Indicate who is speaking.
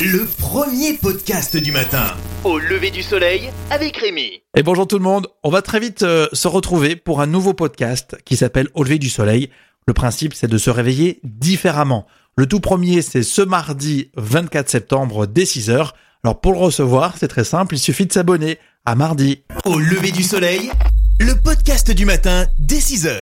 Speaker 1: Le premier podcast du matin.
Speaker 2: au lever du soleil avec Rémi.
Speaker 3: Et bonjour tout le monde, on va très vite euh, se retrouver pour un nouveau podcast qui s'appelle Au lever du soleil. Le principe c'est de se réveiller différemment. Le tout premier c'est ce mardi 24 septembre dès 6h. Alors pour le recevoir c'est très simple, il suffit de s'abonner à mardi.
Speaker 1: Au lever du soleil, le podcast du matin dès 6h.